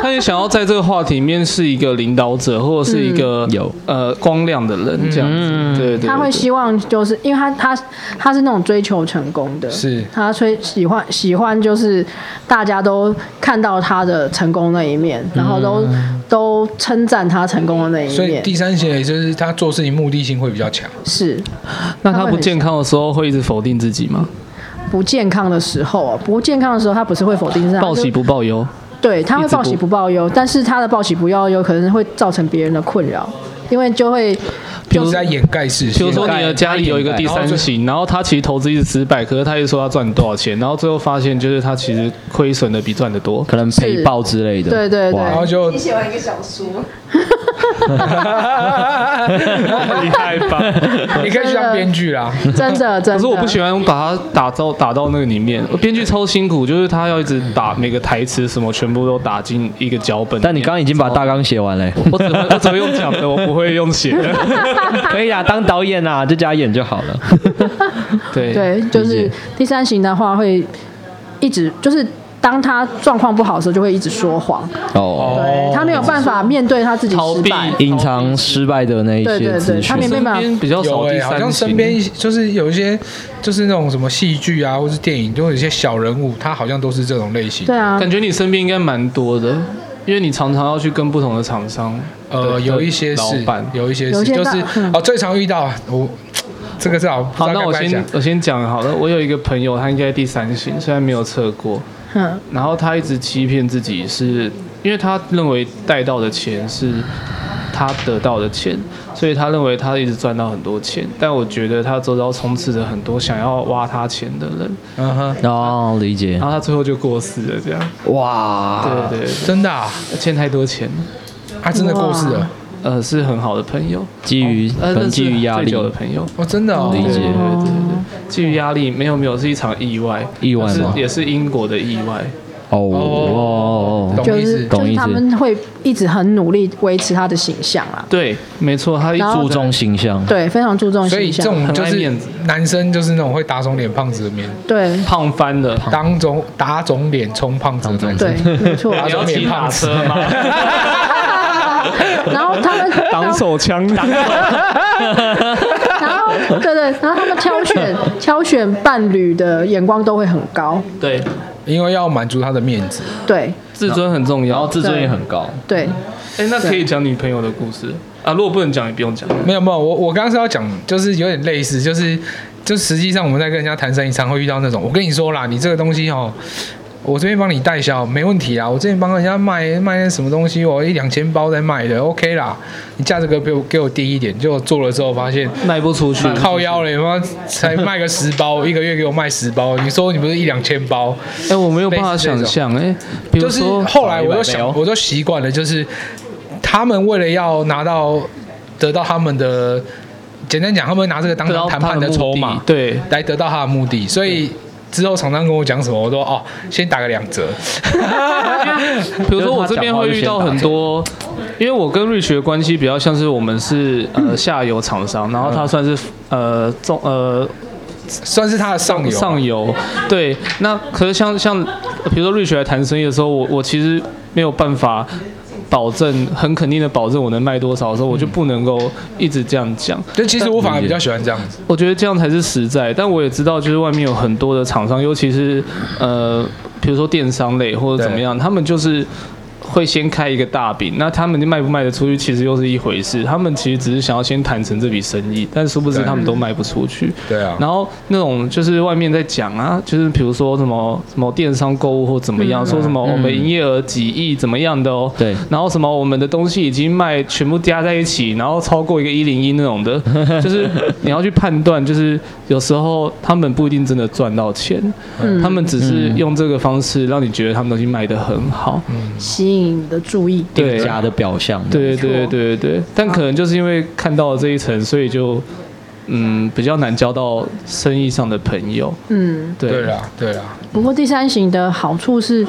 S3: 他也想要在这个话题里面是一个领导者，或者是一个、
S4: 有
S3: 呃光亮的人这样子。对对对
S1: 他会希望就是因为他他他是那种追求成功的，
S2: 是
S1: 他追喜欢喜欢就是大家都看到他的成功那一面，然后都、都称赞他成功的那一
S2: 嗯所以
S1: 面，
S2: 第三行也就是他做事情目的性会比较强，
S1: 是
S3: 那他不健康的时候会一直否定自己吗？
S1: 不健康的时候，啊不健康的时候他不是会否定自己，
S3: 报喜
S1: 他就
S3: 不报忧。
S1: 对，他会
S3: 一直不
S1: 报喜不报忧，但是他的报喜不报忧可能会造成别人的困扰，因为就会
S2: 一直在掩盖事
S3: 比
S2: 情
S3: 如。说你的家里有一个第三型，然后他其实投资一直失败，可是他又说他赚多少钱，然后最后发现就是他其实亏损的比赚的多。
S4: 可能赔爆之类的。
S1: 对对对
S2: 然后就
S6: 你写完一个小说，
S3: 厉害吧？
S2: 你可以去当编剧啊啦，
S1: 真的真的，
S3: 可是我不喜欢把它打造打到那个里面，编剧超辛苦，就是他要一直打每个台词什么，全部都打进一个脚本里面。
S4: 但你刚刚已经把大纲写完 嘞，
S3: 我只会我只会用讲的，我不会用写的。
S4: 可以啊，当导演啊，就加演就好了。
S3: 对
S1: 对，就
S4: 理
S1: 是
S4: 解
S1: 第三型的话会一直就是。当他状况不好的时候，就会一直说谎，
S4: 哦，
S1: 对他没有办法面对他自己
S3: 逃
S1: 失
S3: 避
S1: 败，
S4: 隐藏失败的那一
S1: 对对
S4: 些
S1: 对
S4: 资讯
S1: 他。没
S3: 身边比较
S2: 有
S3: 少
S2: 哎、
S3: 第
S2: 好像
S3: 三
S2: 身
S3: 型，
S2: 边就是有一些就是那种什么戏剧啊，或是电影，都有一些小人物，他好像都是这种类型。
S1: 对啊，
S3: 感觉你身边应该蛮多的，因为你常常要去跟不同的厂商，
S2: 呃，
S3: 的
S2: 有一些
S3: 老
S2: 是
S3: 板，。
S2: 有一些
S1: 有
S2: 是，
S1: 一些
S2: 就是
S1: 大嗯
S2: 哦，最常遇到我这个是好，不
S3: 好，
S2: 知
S3: 那
S2: 道该
S3: 我
S2: 不该
S3: 先
S2: 讲。
S3: 我先讲好了。我有一个朋友，他应该第三型，虽然没有测过，
S1: 嗯，
S3: 然后他一直欺骗自己是，因为他认为贷到的钱是他得到的钱，所以他认为他一直赚到很多钱。但我觉得他周遭充斥着很多想要挖他钱的人，
S2: 嗯哼，
S4: 哦，理解
S3: 然。后他最后就过世了。这样，
S4: 哇，
S3: 对对对，
S2: 真的啊，
S3: 欠太多钱了，
S2: 他真的过世了，
S3: 呃，是很好的朋友，
S4: 基于
S3: 呃，
S4: 可能基于压
S3: 最
S4: 力
S3: 久的朋友。
S2: 哦，真的哦，
S4: 理解
S3: 对对对对对，基于压力，没有没有，是一场意外，
S4: 意外
S3: 但
S4: 吗
S3: 是也是英国的意外，
S4: 哦哦哦
S2: 懂
S4: 哦，
S1: 就
S2: 意
S1: 是
S2: 思
S1: 就
S4: 懂
S1: 是
S4: 意思
S1: 他们会一直很努力维持他的形象啊，
S3: 对，没错，他一
S1: 然后
S4: 注重形象。
S1: 对，非常注重
S2: 所以
S1: 形
S2: 这
S1: 象，
S2: 种就
S3: 很爱
S2: 是
S3: 面子
S2: 男生就是那种会打肿脸胖子的面，
S1: 对
S3: 胖翻了，
S2: 当肿打肿脸充胖子的那种。
S1: 对，没错。
S2: 打
S3: 你
S2: 肿
S3: 要
S2: 脸
S3: 骑
S2: 胖
S3: 马
S2: 子
S3: 车吗？
S1: 然后他们
S3: 挡手枪，
S1: 然后对对，然后他们挑选挑选伴侣的眼光都会很高，
S3: 对，
S2: 因为要满足他的面子。
S1: 对
S3: 自尊很重
S5: 然后
S3: 要。
S5: 自尊也很高，
S1: 对，
S3: 哎，那可以讲女朋友的故事啊？如果不能讲，也不用讲。
S2: 没有没有，我我刚刚是要讲，就是有点类似，就是就实际上我们在跟人家谈生意，常会遇到那种，我跟你说啦，你这个东西哦。我这边帮你代销没问题啊，我这边帮人家卖卖那什么东西，我一两千包在卖的，OK 啦。你价格给我给我低一点，结果做了之后发现
S3: 卖不出去，
S2: 靠腰嘞，妈才卖个十包，一个月给我卖十包，你说你不是一两千包？
S3: 哎，我没有办法想象，哎，比如
S2: 就是
S3: 说，
S2: 后来我就
S5: 少一百
S2: 想，
S5: 倍哦
S2: 我就习惯了，就是他们为了要拿到得到他们的，简单讲，他们拿这个当
S3: 得到
S2: 成谈判
S3: 他的
S2: 筹
S3: 目的
S2: 码，
S3: 对，
S2: 来得到他的目的，所以。之后厂商跟我讲什么，我说哦，先打个两 折。
S3: 比如说我这边会遇到很多，因为我跟瑞雪的关系比较像是我们是呃下游厂商，然后他算是呃中呃
S2: 算是他的上游，啊
S3: 上游，对。那可是像像比如说瑞雪来谈生意的时候，我我其实没有办法保证很肯定的保证我能卖多少的时候，我就不能够一直这样讲。
S2: 就其实我反而比较喜欢这样子，
S3: 我觉得这样才是实在。但我也知道，就是外面有很多的厂商，尤其是呃，比如说电商类或者怎么样，他们就是。会先开一个大饼，那他们卖不卖得出去，其实又是一回事。他们其实只是想要先谈成这笔生意，但殊不知
S2: 对
S3: 他们都卖不出去。
S2: 对啊
S3: 然后那种就是外面在讲啊，就是比如说什么什么电商购物或怎么样，说什么哦我们营业额几亿怎么样的哦，
S4: 对
S3: 然后什么我们的东西已经卖全部加在一起，然后超过一个一零一那种的，就是你要去判断，就是有时候他们不一定真的赚到钱，他们只是用这个方式让你觉得他们东西卖得很好，
S1: 吸引你的注意，
S3: 对
S4: 一个假的表象。
S3: 对对对对对，但可能就是因为看到了这一层，所以就嗯比较难交到生意上的朋友。
S1: 嗯，
S3: 对
S2: 对啊啦，对啦，
S1: 不过第三型的好处是，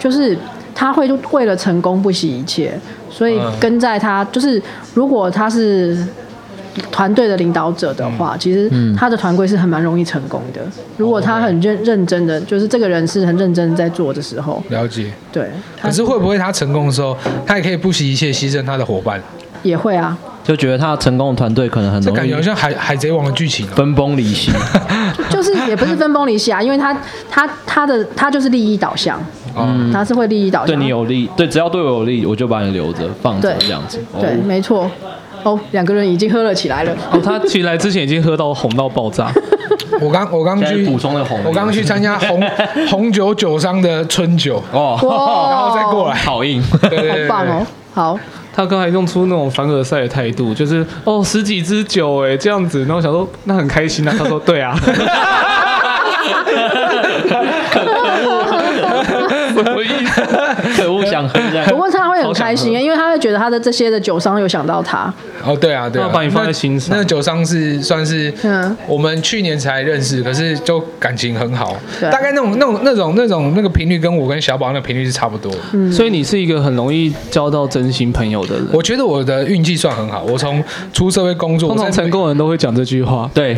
S1: 就是他会为了成功不惜一切，所以
S2: 嗯
S1: 跟在他就是，如果他是团队的领导者的话，
S2: 嗯
S1: 其实他的团队是很蛮容易成功的。如
S2: 哦
S1: 果他很认认真的，就是这个人是很认真地在做的时候，
S2: 了解。
S1: 对，他
S2: 可是会不会他成功的时候，他也可以不惜一切牺牲他的伙伴？
S1: 也会啊，
S4: 就觉得他成功的团队可能很
S2: 这
S4: 容
S2: 感觉好
S4: 易
S2: 像海海贼王的剧情哦。
S4: 分崩离 析。
S1: 就是也不是分崩离析啊，因为他他他的他就是利益导向，
S2: 嗯
S1: 他是会利益导向，
S4: 对你有利，对，只要对我有利，我就把你留着放着
S1: 对
S4: 这样子。哦
S1: 对，没错。哦，两个人已经喝了起来了。
S3: 哦，他其实来之前已经喝到红到爆 炸，
S2: 我刚我刚
S4: 现
S2: 去
S4: 在补充了红
S2: 我刚去参加红 红酒酒商的春酒，
S4: 哦，
S1: 哇
S2: 然后再过来。
S4: 好 硬。
S2: 对对对
S1: 好棒哦！好，
S3: 他刚才弄出那种凡尔赛的态度，就是哦十几支酒哎这样子，然后我想说那很开心啊，他说对 啊。
S4: 什么意思？可恶，想喝这样
S1: 不。过他会很
S3: 好想
S1: 开心，因为他会觉得他的这些的酒商有想到他。
S2: 哦，对啊，对啊，
S3: 那把你放在心上
S2: 那那酒商是算是
S1: 嗯
S2: 我们去年才认识，可是就感情很好，
S1: 对
S2: 大概那种那种那种那种那个频率，跟我跟小宝那个频率是差不多。
S1: 嗯
S3: 所以你是一个很容易交到真心朋友的人。
S2: 我觉得我的运气算很好，我从出社会工作，
S3: 通
S2: 我
S3: 常
S2: 在
S3: 成功的人都会讲这句话。
S4: 对，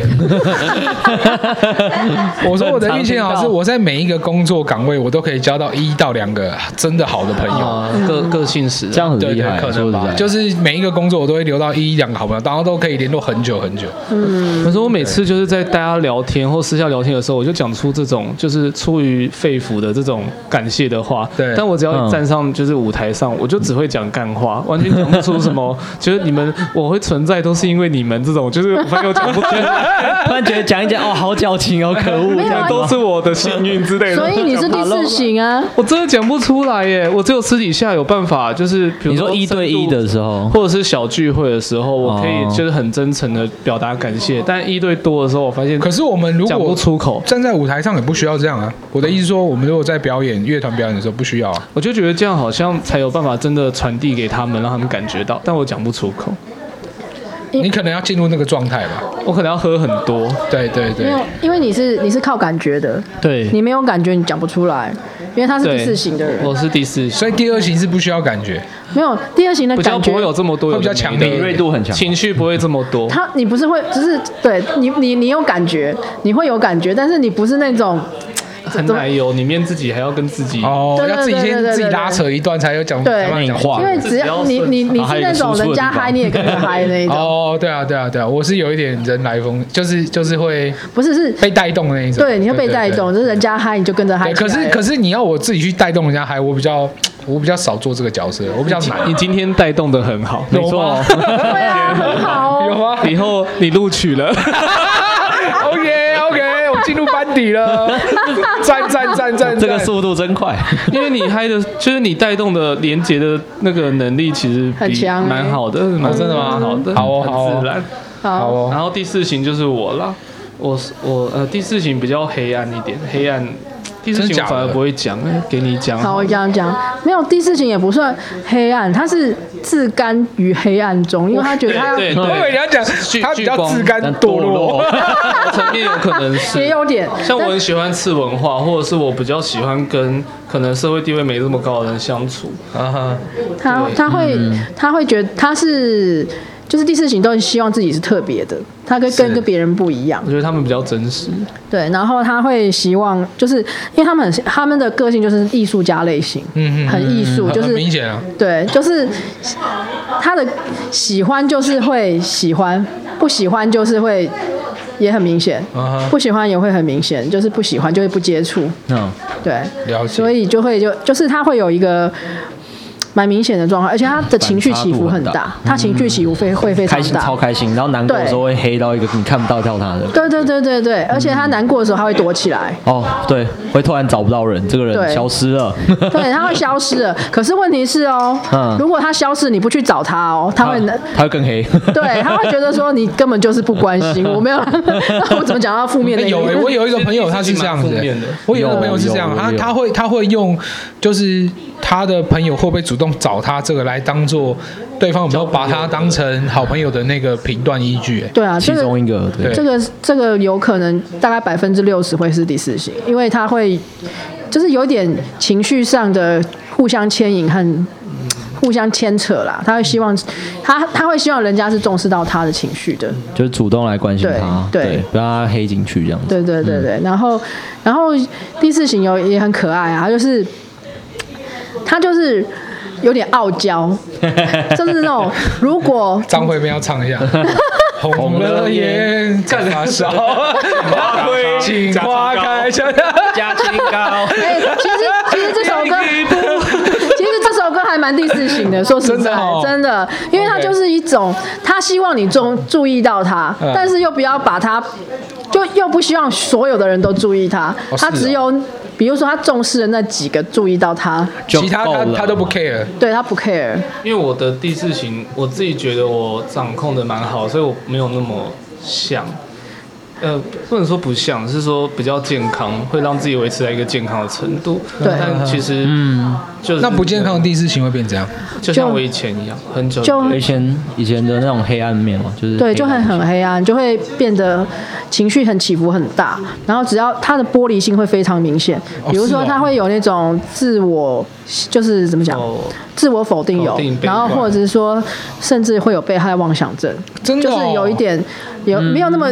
S2: 我说我的运气
S4: 很常听
S2: 好
S4: 到
S2: 是我在每一个工作岗位，我都可以交到一到两个真的好的朋友。
S3: 啊，个个性使然
S4: 这样很
S2: 对
S4: 厉
S2: 对，
S4: 害，
S2: 可
S4: 说实
S2: 能吧，
S4: 在，
S2: 就是每一个工作我都会留到一两个好朋友，然后都可以联络很久很久。
S3: 嗯可是我每次就是在大家聊天或私下聊天的时候，我就讲出这种就是出于肺腑的这种感谢的话。
S2: 对
S3: 但我只要
S4: 嗯
S3: 一站上就是舞台上，我就只会讲干话，完全讲不出什 么。觉得你们我会存在都是因为你们这种，就是我发现我讲不出，
S4: 突然觉得讲一 讲，哦，好矫情哦，可恶，
S1: 没
S4: 这
S1: 有啊
S4: 样
S3: 都是我的幸运之类的。
S1: 所以你是第四型啊，
S3: 我真的讲不出来耶，我只有私底下有办法，就是比如
S4: 你说一对一的时候
S3: 或者是小聚会的时候，我可以
S4: 哦
S3: 就是很真诚的表达感谢，但一对多的时候，我发现
S2: 可是我们如
S3: 讲
S2: 果
S3: 不出口，
S2: 站在舞台上也不需要这样啊。我的意思说，我们如果在表演乐团表演的时候不需要啊。
S3: 我就觉得这样好像才有办法真的传递给他们，让他们感觉到，但我讲不出口，
S2: 你可能要进入那个状态吧。
S3: 我可能要喝很多，
S2: 对对对
S1: 因，为因为你是你是靠感觉的，
S4: 对，
S1: 你没有感觉你讲不出来，因为他是
S3: 对，
S1: 第四型的人，
S3: 我是第四型，
S2: 所以第二型是不需要感觉，
S1: 没有第二型的
S3: 比较
S1: 感觉
S3: 不会。有这么多
S2: 会
S3: 有
S2: 比
S3: 的
S2: 较
S3: 没
S2: 强
S3: 的
S2: 烈一
S4: 锐
S2: 点，
S4: 度很强，
S3: 情绪不会这么多。
S1: 他你不是会，只是对你你你有感觉，你会有感觉，但是你不是那种
S3: 很奶油，里面自己还要跟自己，
S2: 哦，
S1: 对对
S2: 要自己
S1: 对
S2: 先
S1: 对对
S2: 自己
S1: 对
S2: 拉扯一段才有讲，
S1: 对
S2: 才慢慢讲
S4: 内化
S1: 因为只要你你你
S4: 然后还
S1: 是
S4: 有
S1: 那
S4: 一个
S1: 种
S4: 输出的
S1: 人家
S4: 地方
S1: 嗨你也跟着嗨那一种，
S2: 哦，对啊，对啊，对啊，我是有一点人来疯，就是就是会
S1: 不是是，
S2: 被带动的那一种。
S1: 对，你会被带动，哎
S2: 对。
S1: 就是人家嗨你就跟着嗨
S2: 对对
S1: 起
S2: 可
S1: 来了。
S2: 是可是你要我自己去带动人家嗨，我比较我比较少做这个角色，我比较难。
S3: 你今天带动的很好，没
S2: 有吗
S3: 错。
S1: 对啊，很好哦。
S2: 有吗
S3: 以后你录取了，
S2: ？OK OK，我进入班底 了，赞赞赞赞！
S4: 这个
S2: 赞
S4: 速度真快，
S3: 因为你嗨的，就是你带动的连接的那个能力，其实比
S1: 很强欸
S3: 蛮好的，蛮
S2: 哦真的吗
S3: 蛮好的，
S2: 好哦
S3: 很
S2: 好哦
S3: 自然。
S2: 好
S1: 好，
S2: 哦，
S3: 然后第四型就是我啦，我是我呃第四型比较黑暗一点，黑暗。第四
S2: 真
S3: 型
S2: 假
S3: 我
S2: 的
S3: 反而不会讲，哎给你讲。
S1: 好，我这样讲，哦没有第四型也不算黑暗，他是自甘于黑暗中，因为他觉得他要
S3: 对
S2: 我以为你要讲他比较自甘堕落，
S3: 层面有可能是
S1: 也有点，
S3: 像我
S1: 但
S3: 很喜欢次文化，或者是我比较喜欢跟可能社会地位没这么高的人相处。
S2: 啊哈，
S1: 他他会他会觉得他是就是第四型都很希望自己是特别的，他跟跟
S2: 是
S1: 跟别人不一样
S3: 我，觉得他们比较真实，
S1: 对，然后他会希望就是因为他们很他们的个性就是艺术家类型，
S2: 嗯嗯嗯
S1: 很艺术，
S2: 很
S1: 就
S2: 很
S1: 是
S2: 明显啊，
S1: 对，就是他的喜欢就是会喜欢，不喜欢就是会也很明显
S2: 啊哈
S1: 不喜欢也会很明显，就是不喜欢就会不接触，
S4: 嗯，
S1: 对，
S2: 了解
S1: 所以就会就就是他会有一个。蛮明显的状况，而且他的情绪起伏很
S4: 反差度
S1: 大，他情绪起伏非会非常
S4: 开心
S1: 大，
S4: 超开心，然后难过的
S1: 对
S4: 时候会黑到一个你看不到掉他的。
S1: 对对对对对，而且他难过的时候他会躲起来，
S4: 哦，对，会突然找不到人，这个人
S1: 对
S4: 消失了，
S1: 对，他会消失了。可是问题是哦，
S4: 嗯
S1: 如果他消失，你不去找他哦，他会
S4: 他啊他会更黑。
S1: 对，他会 觉得说你根本就是不关心，我没有， 那我怎么讲到负面的？
S2: 欸有、欸、我有一个朋友，他是这样子、欸
S3: 其实其实蛮负面的
S2: 我有一个朋友是这样，
S4: 有
S2: 他
S4: 有
S2: 他会他会用，就是他的朋友会不会主动找他这个来当做对方有没有把他当成好朋友的那个评断依据、欸
S1: 对啊，
S4: 其
S1: 这个
S4: 中一个对
S2: 对
S1: 这个这个有可能大概百分之六十会是第四型，因为他会就是有点情绪上的互相牵引和互相牵扯啦。他会希望他他会希望人家是重视到他的情绪的。
S4: 就是主动来关心
S1: 对
S4: 他，
S1: 对
S4: 对，不让他黑进去这样子。
S1: 对对对
S2: 嗯
S1: 对，然后然后第四型有也很可爱啊，他就是他就是有点傲娇， 就是那种如果
S2: 张惠妹要唱一 下。红了眼，干啥烧？花
S3: 灰
S2: 尽花开。
S3: 加清高，
S1: 哎、其实其实这 首歌， 其实这首歌还蛮第四型的，说实在，
S2: 真的哦
S1: 真的因为它
S2: OK
S1: 就是一种，他希望你注注意到他，
S2: 嗯
S1: 但是又不要把他，就又不希望所有的人都注意他，
S2: 哦
S1: 他
S2: 是哦
S1: 只有，比如说他重视的那几个注意到他，
S4: 就
S2: 其他
S4: 够
S2: 他
S4: 了
S2: 他都不 care。
S1: 对他不 care，
S3: 因为我的第四型，我自己觉得我掌控的蛮好，所以我没有那么像。呃，不能说不像，是说比较健康，会让自己维持在一个健康的程度。
S1: 对
S3: 但其实，嗯，就是
S2: 那不健康的，第四行为变怎样？
S3: 就像我以前一样，很久以
S1: 就
S3: 前
S4: 以前以前的那种黑暗面嘛，就是
S1: 对，
S4: 黑
S1: 就会
S4: 暗面
S1: 很黑暗，就会变得情绪很起伏很大，然后只要他的玻璃心会非常明显，比如
S2: 是
S1: 说
S2: 哦
S1: 他会有那种自我，就是怎么讲？
S3: 哦，
S1: 自我否定有
S3: 否定，悲
S1: 然
S3: 观
S1: 后或者是说，甚至会有被害妄想症，
S2: 真的
S1: 就
S2: 哦
S1: 是有一点有没有那么，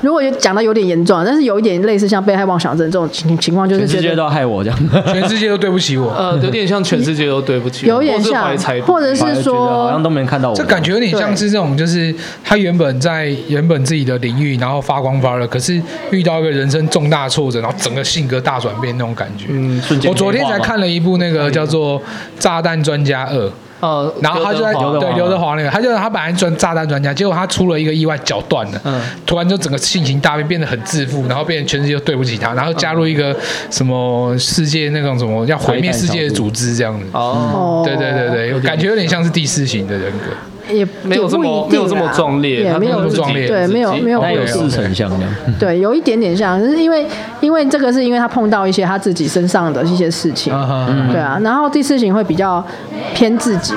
S1: 如果有讲到有点严重，但是有一点类似像被害妄想症这种情情况，就是
S4: 全世
S1: 觉
S4: 界
S1: 得
S4: 都害我这样。
S2: 全世界都对不起我，
S3: 呃，有点像全世界都对不起我，
S1: 有点
S3: 或
S1: 像
S3: 是怀才，不遇
S1: 或者
S4: 反而
S1: 是
S4: 觉得好像
S1: 说
S4: 都没人看到
S3: 哦
S4: 我，
S2: 这感觉有点像是这种，就是他原本在原本自己的领域，然后发光发热，可是遇到一个人生重大挫折，然后整个性格大转变那种感觉。
S3: 嗯，瞬
S2: 我昨天才看了一部那个叫做《炸弹专家二》，
S3: 呃，
S2: 然后他就在
S3: 刘德华
S2: 对刘德华那个，他就他本来专炸弹专家，结果他出了一个意外脚断了，
S3: 嗯
S2: 突然就整个性情大变，变得很自负，然后变成全世界都对不起他，然
S3: 嗯
S2: 后加入一个什么世界那种什么要毁灭世界的组织这样子。
S3: 哦，
S1: 哦，
S2: 对对对对，感觉有点像是第四型的人格。
S1: 也
S3: 没有这么
S1: 也不
S3: 没有
S1: 一定啦啊
S3: 这么壮烈
S1: 也
S3: 他
S1: 没
S3: 没有
S1: 有
S3: 那么
S2: 壮烈
S1: 对，没有没有
S4: 但有
S2: 对
S4: 似曾相量，
S1: 对，有一点点像，就是因为因为这个是因为他碰到一些他自己身上的一些事情，
S2: 嗯
S1: 对啊，然后第四型会比较偏自己，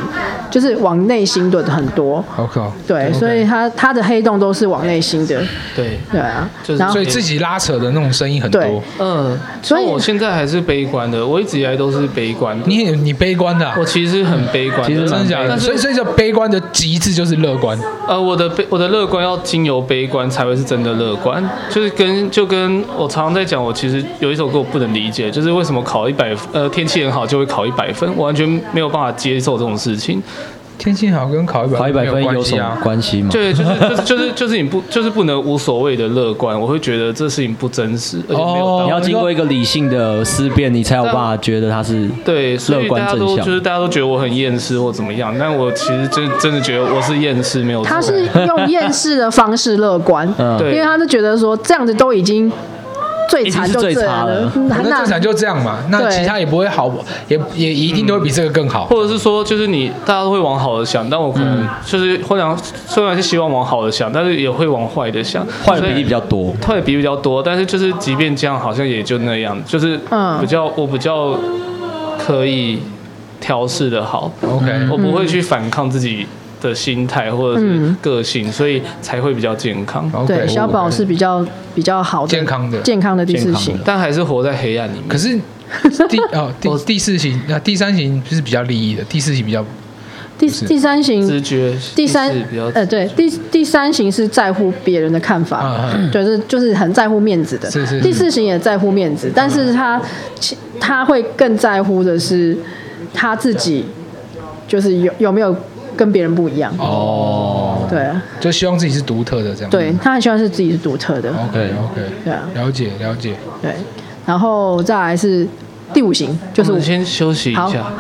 S1: 就是往内心的很多，
S2: 好靠，
S1: 对，所以他他的黑洞都是往内心的，
S3: 对，
S1: 对啊
S3: 就，是
S1: 然后
S2: 所以自己拉扯的那种声音很
S1: 对
S2: 多。
S3: 嗯，
S1: 所
S3: 所
S1: 以
S3: 以我现在还是悲观的，我一直以来都是悲观的，
S2: 你也你悲观的啊、
S3: 我其实很悲观的，
S4: 其实
S2: 真的
S4: 蛮
S2: 假的？
S3: 但
S2: 所以
S3: 是
S2: 所以叫悲观的极致就是乐观。
S3: 呃，我的悲我的乐观要经由悲观才会是真的乐观，就是跟就跟我常常在讲，我其实有一首歌我不能理解，就是为什么考一百呃天气很好就会考一百分，我完全没有办法接受这种事情。
S2: 天气好跟考一百
S4: 考一百分
S2: 没
S4: 有
S2: 关
S4: 什
S2: 系
S4: 么
S2: 啊。
S4: 关系吗？
S3: 对，就是就是就是就是你不就是不能无所谓的乐观，我会觉得这事情不真实，而且没有道理。
S4: 你要经过一个理性的思辨，你才有
S3: 但
S4: 办法觉得他是
S3: 对，所
S4: 乐
S3: 以
S4: 观
S3: 大家
S4: 正
S3: 都
S4: 向
S3: 就是大家都觉得我很厌世或怎么样，但我其实真真的觉得我是厌世，没有错
S1: 他是用厌世的方式乐观，
S4: 嗯
S1: 因
S3: 对
S1: 为他是觉得说这样子都已经最惨就这样
S4: 已
S1: 了
S4: 经，
S1: 那
S2: 那正常就这样嘛，那
S1: 对
S2: 其他也不会好，也也一定
S4: 嗯
S2: 都会比这个更好。
S3: 或者是说，就是你大家都会往好的想，但我可
S4: 嗯
S3: 能就是会想，虽然是希望往好的想，但是也会往坏的想，
S4: 坏的比例比较多。
S3: 所以坏的比例比较多，但是就是即便这样，好像也就那样，就是
S1: 嗯
S3: 比较、我比较可以调试的好，
S4: 嗯
S2: OK，、
S3: 我不会去反抗自己的心态或者是
S4: 嗯
S3: 个性，所以才会比较健康，
S2: o k
S1: 对小宝是比较比较好的
S2: 哦健康的
S1: 健康的第四型
S4: 健康，
S3: 但还是活在黑暗里面。
S2: 可是 第哦第第四型，那、第三型就是比较利益的，第四型比较
S1: 第
S2: 是
S1: 第三型
S3: 直觉
S1: 第三
S3: 意识比较
S1: 呃对第第三型是在乎别人的看法，
S2: 啊啊
S1: 对，就是就是很在乎面子的。
S2: 是嗯是是
S1: 第四型也在乎面子，但是他其他会更在乎的是他自己，就是有有没有跟别人不一样。
S2: 哦，
S1: 对啊
S2: 就希望自己是独特的这样。
S1: 对，他很希望是自己是独特的。
S2: ，OK OK，
S1: 对啊
S2: 了解了解。
S1: 对，然后再来是第五型，就是
S3: 我嗯
S1: 我
S2: 哦
S3: 们先休息一
S1: 好
S3: 下。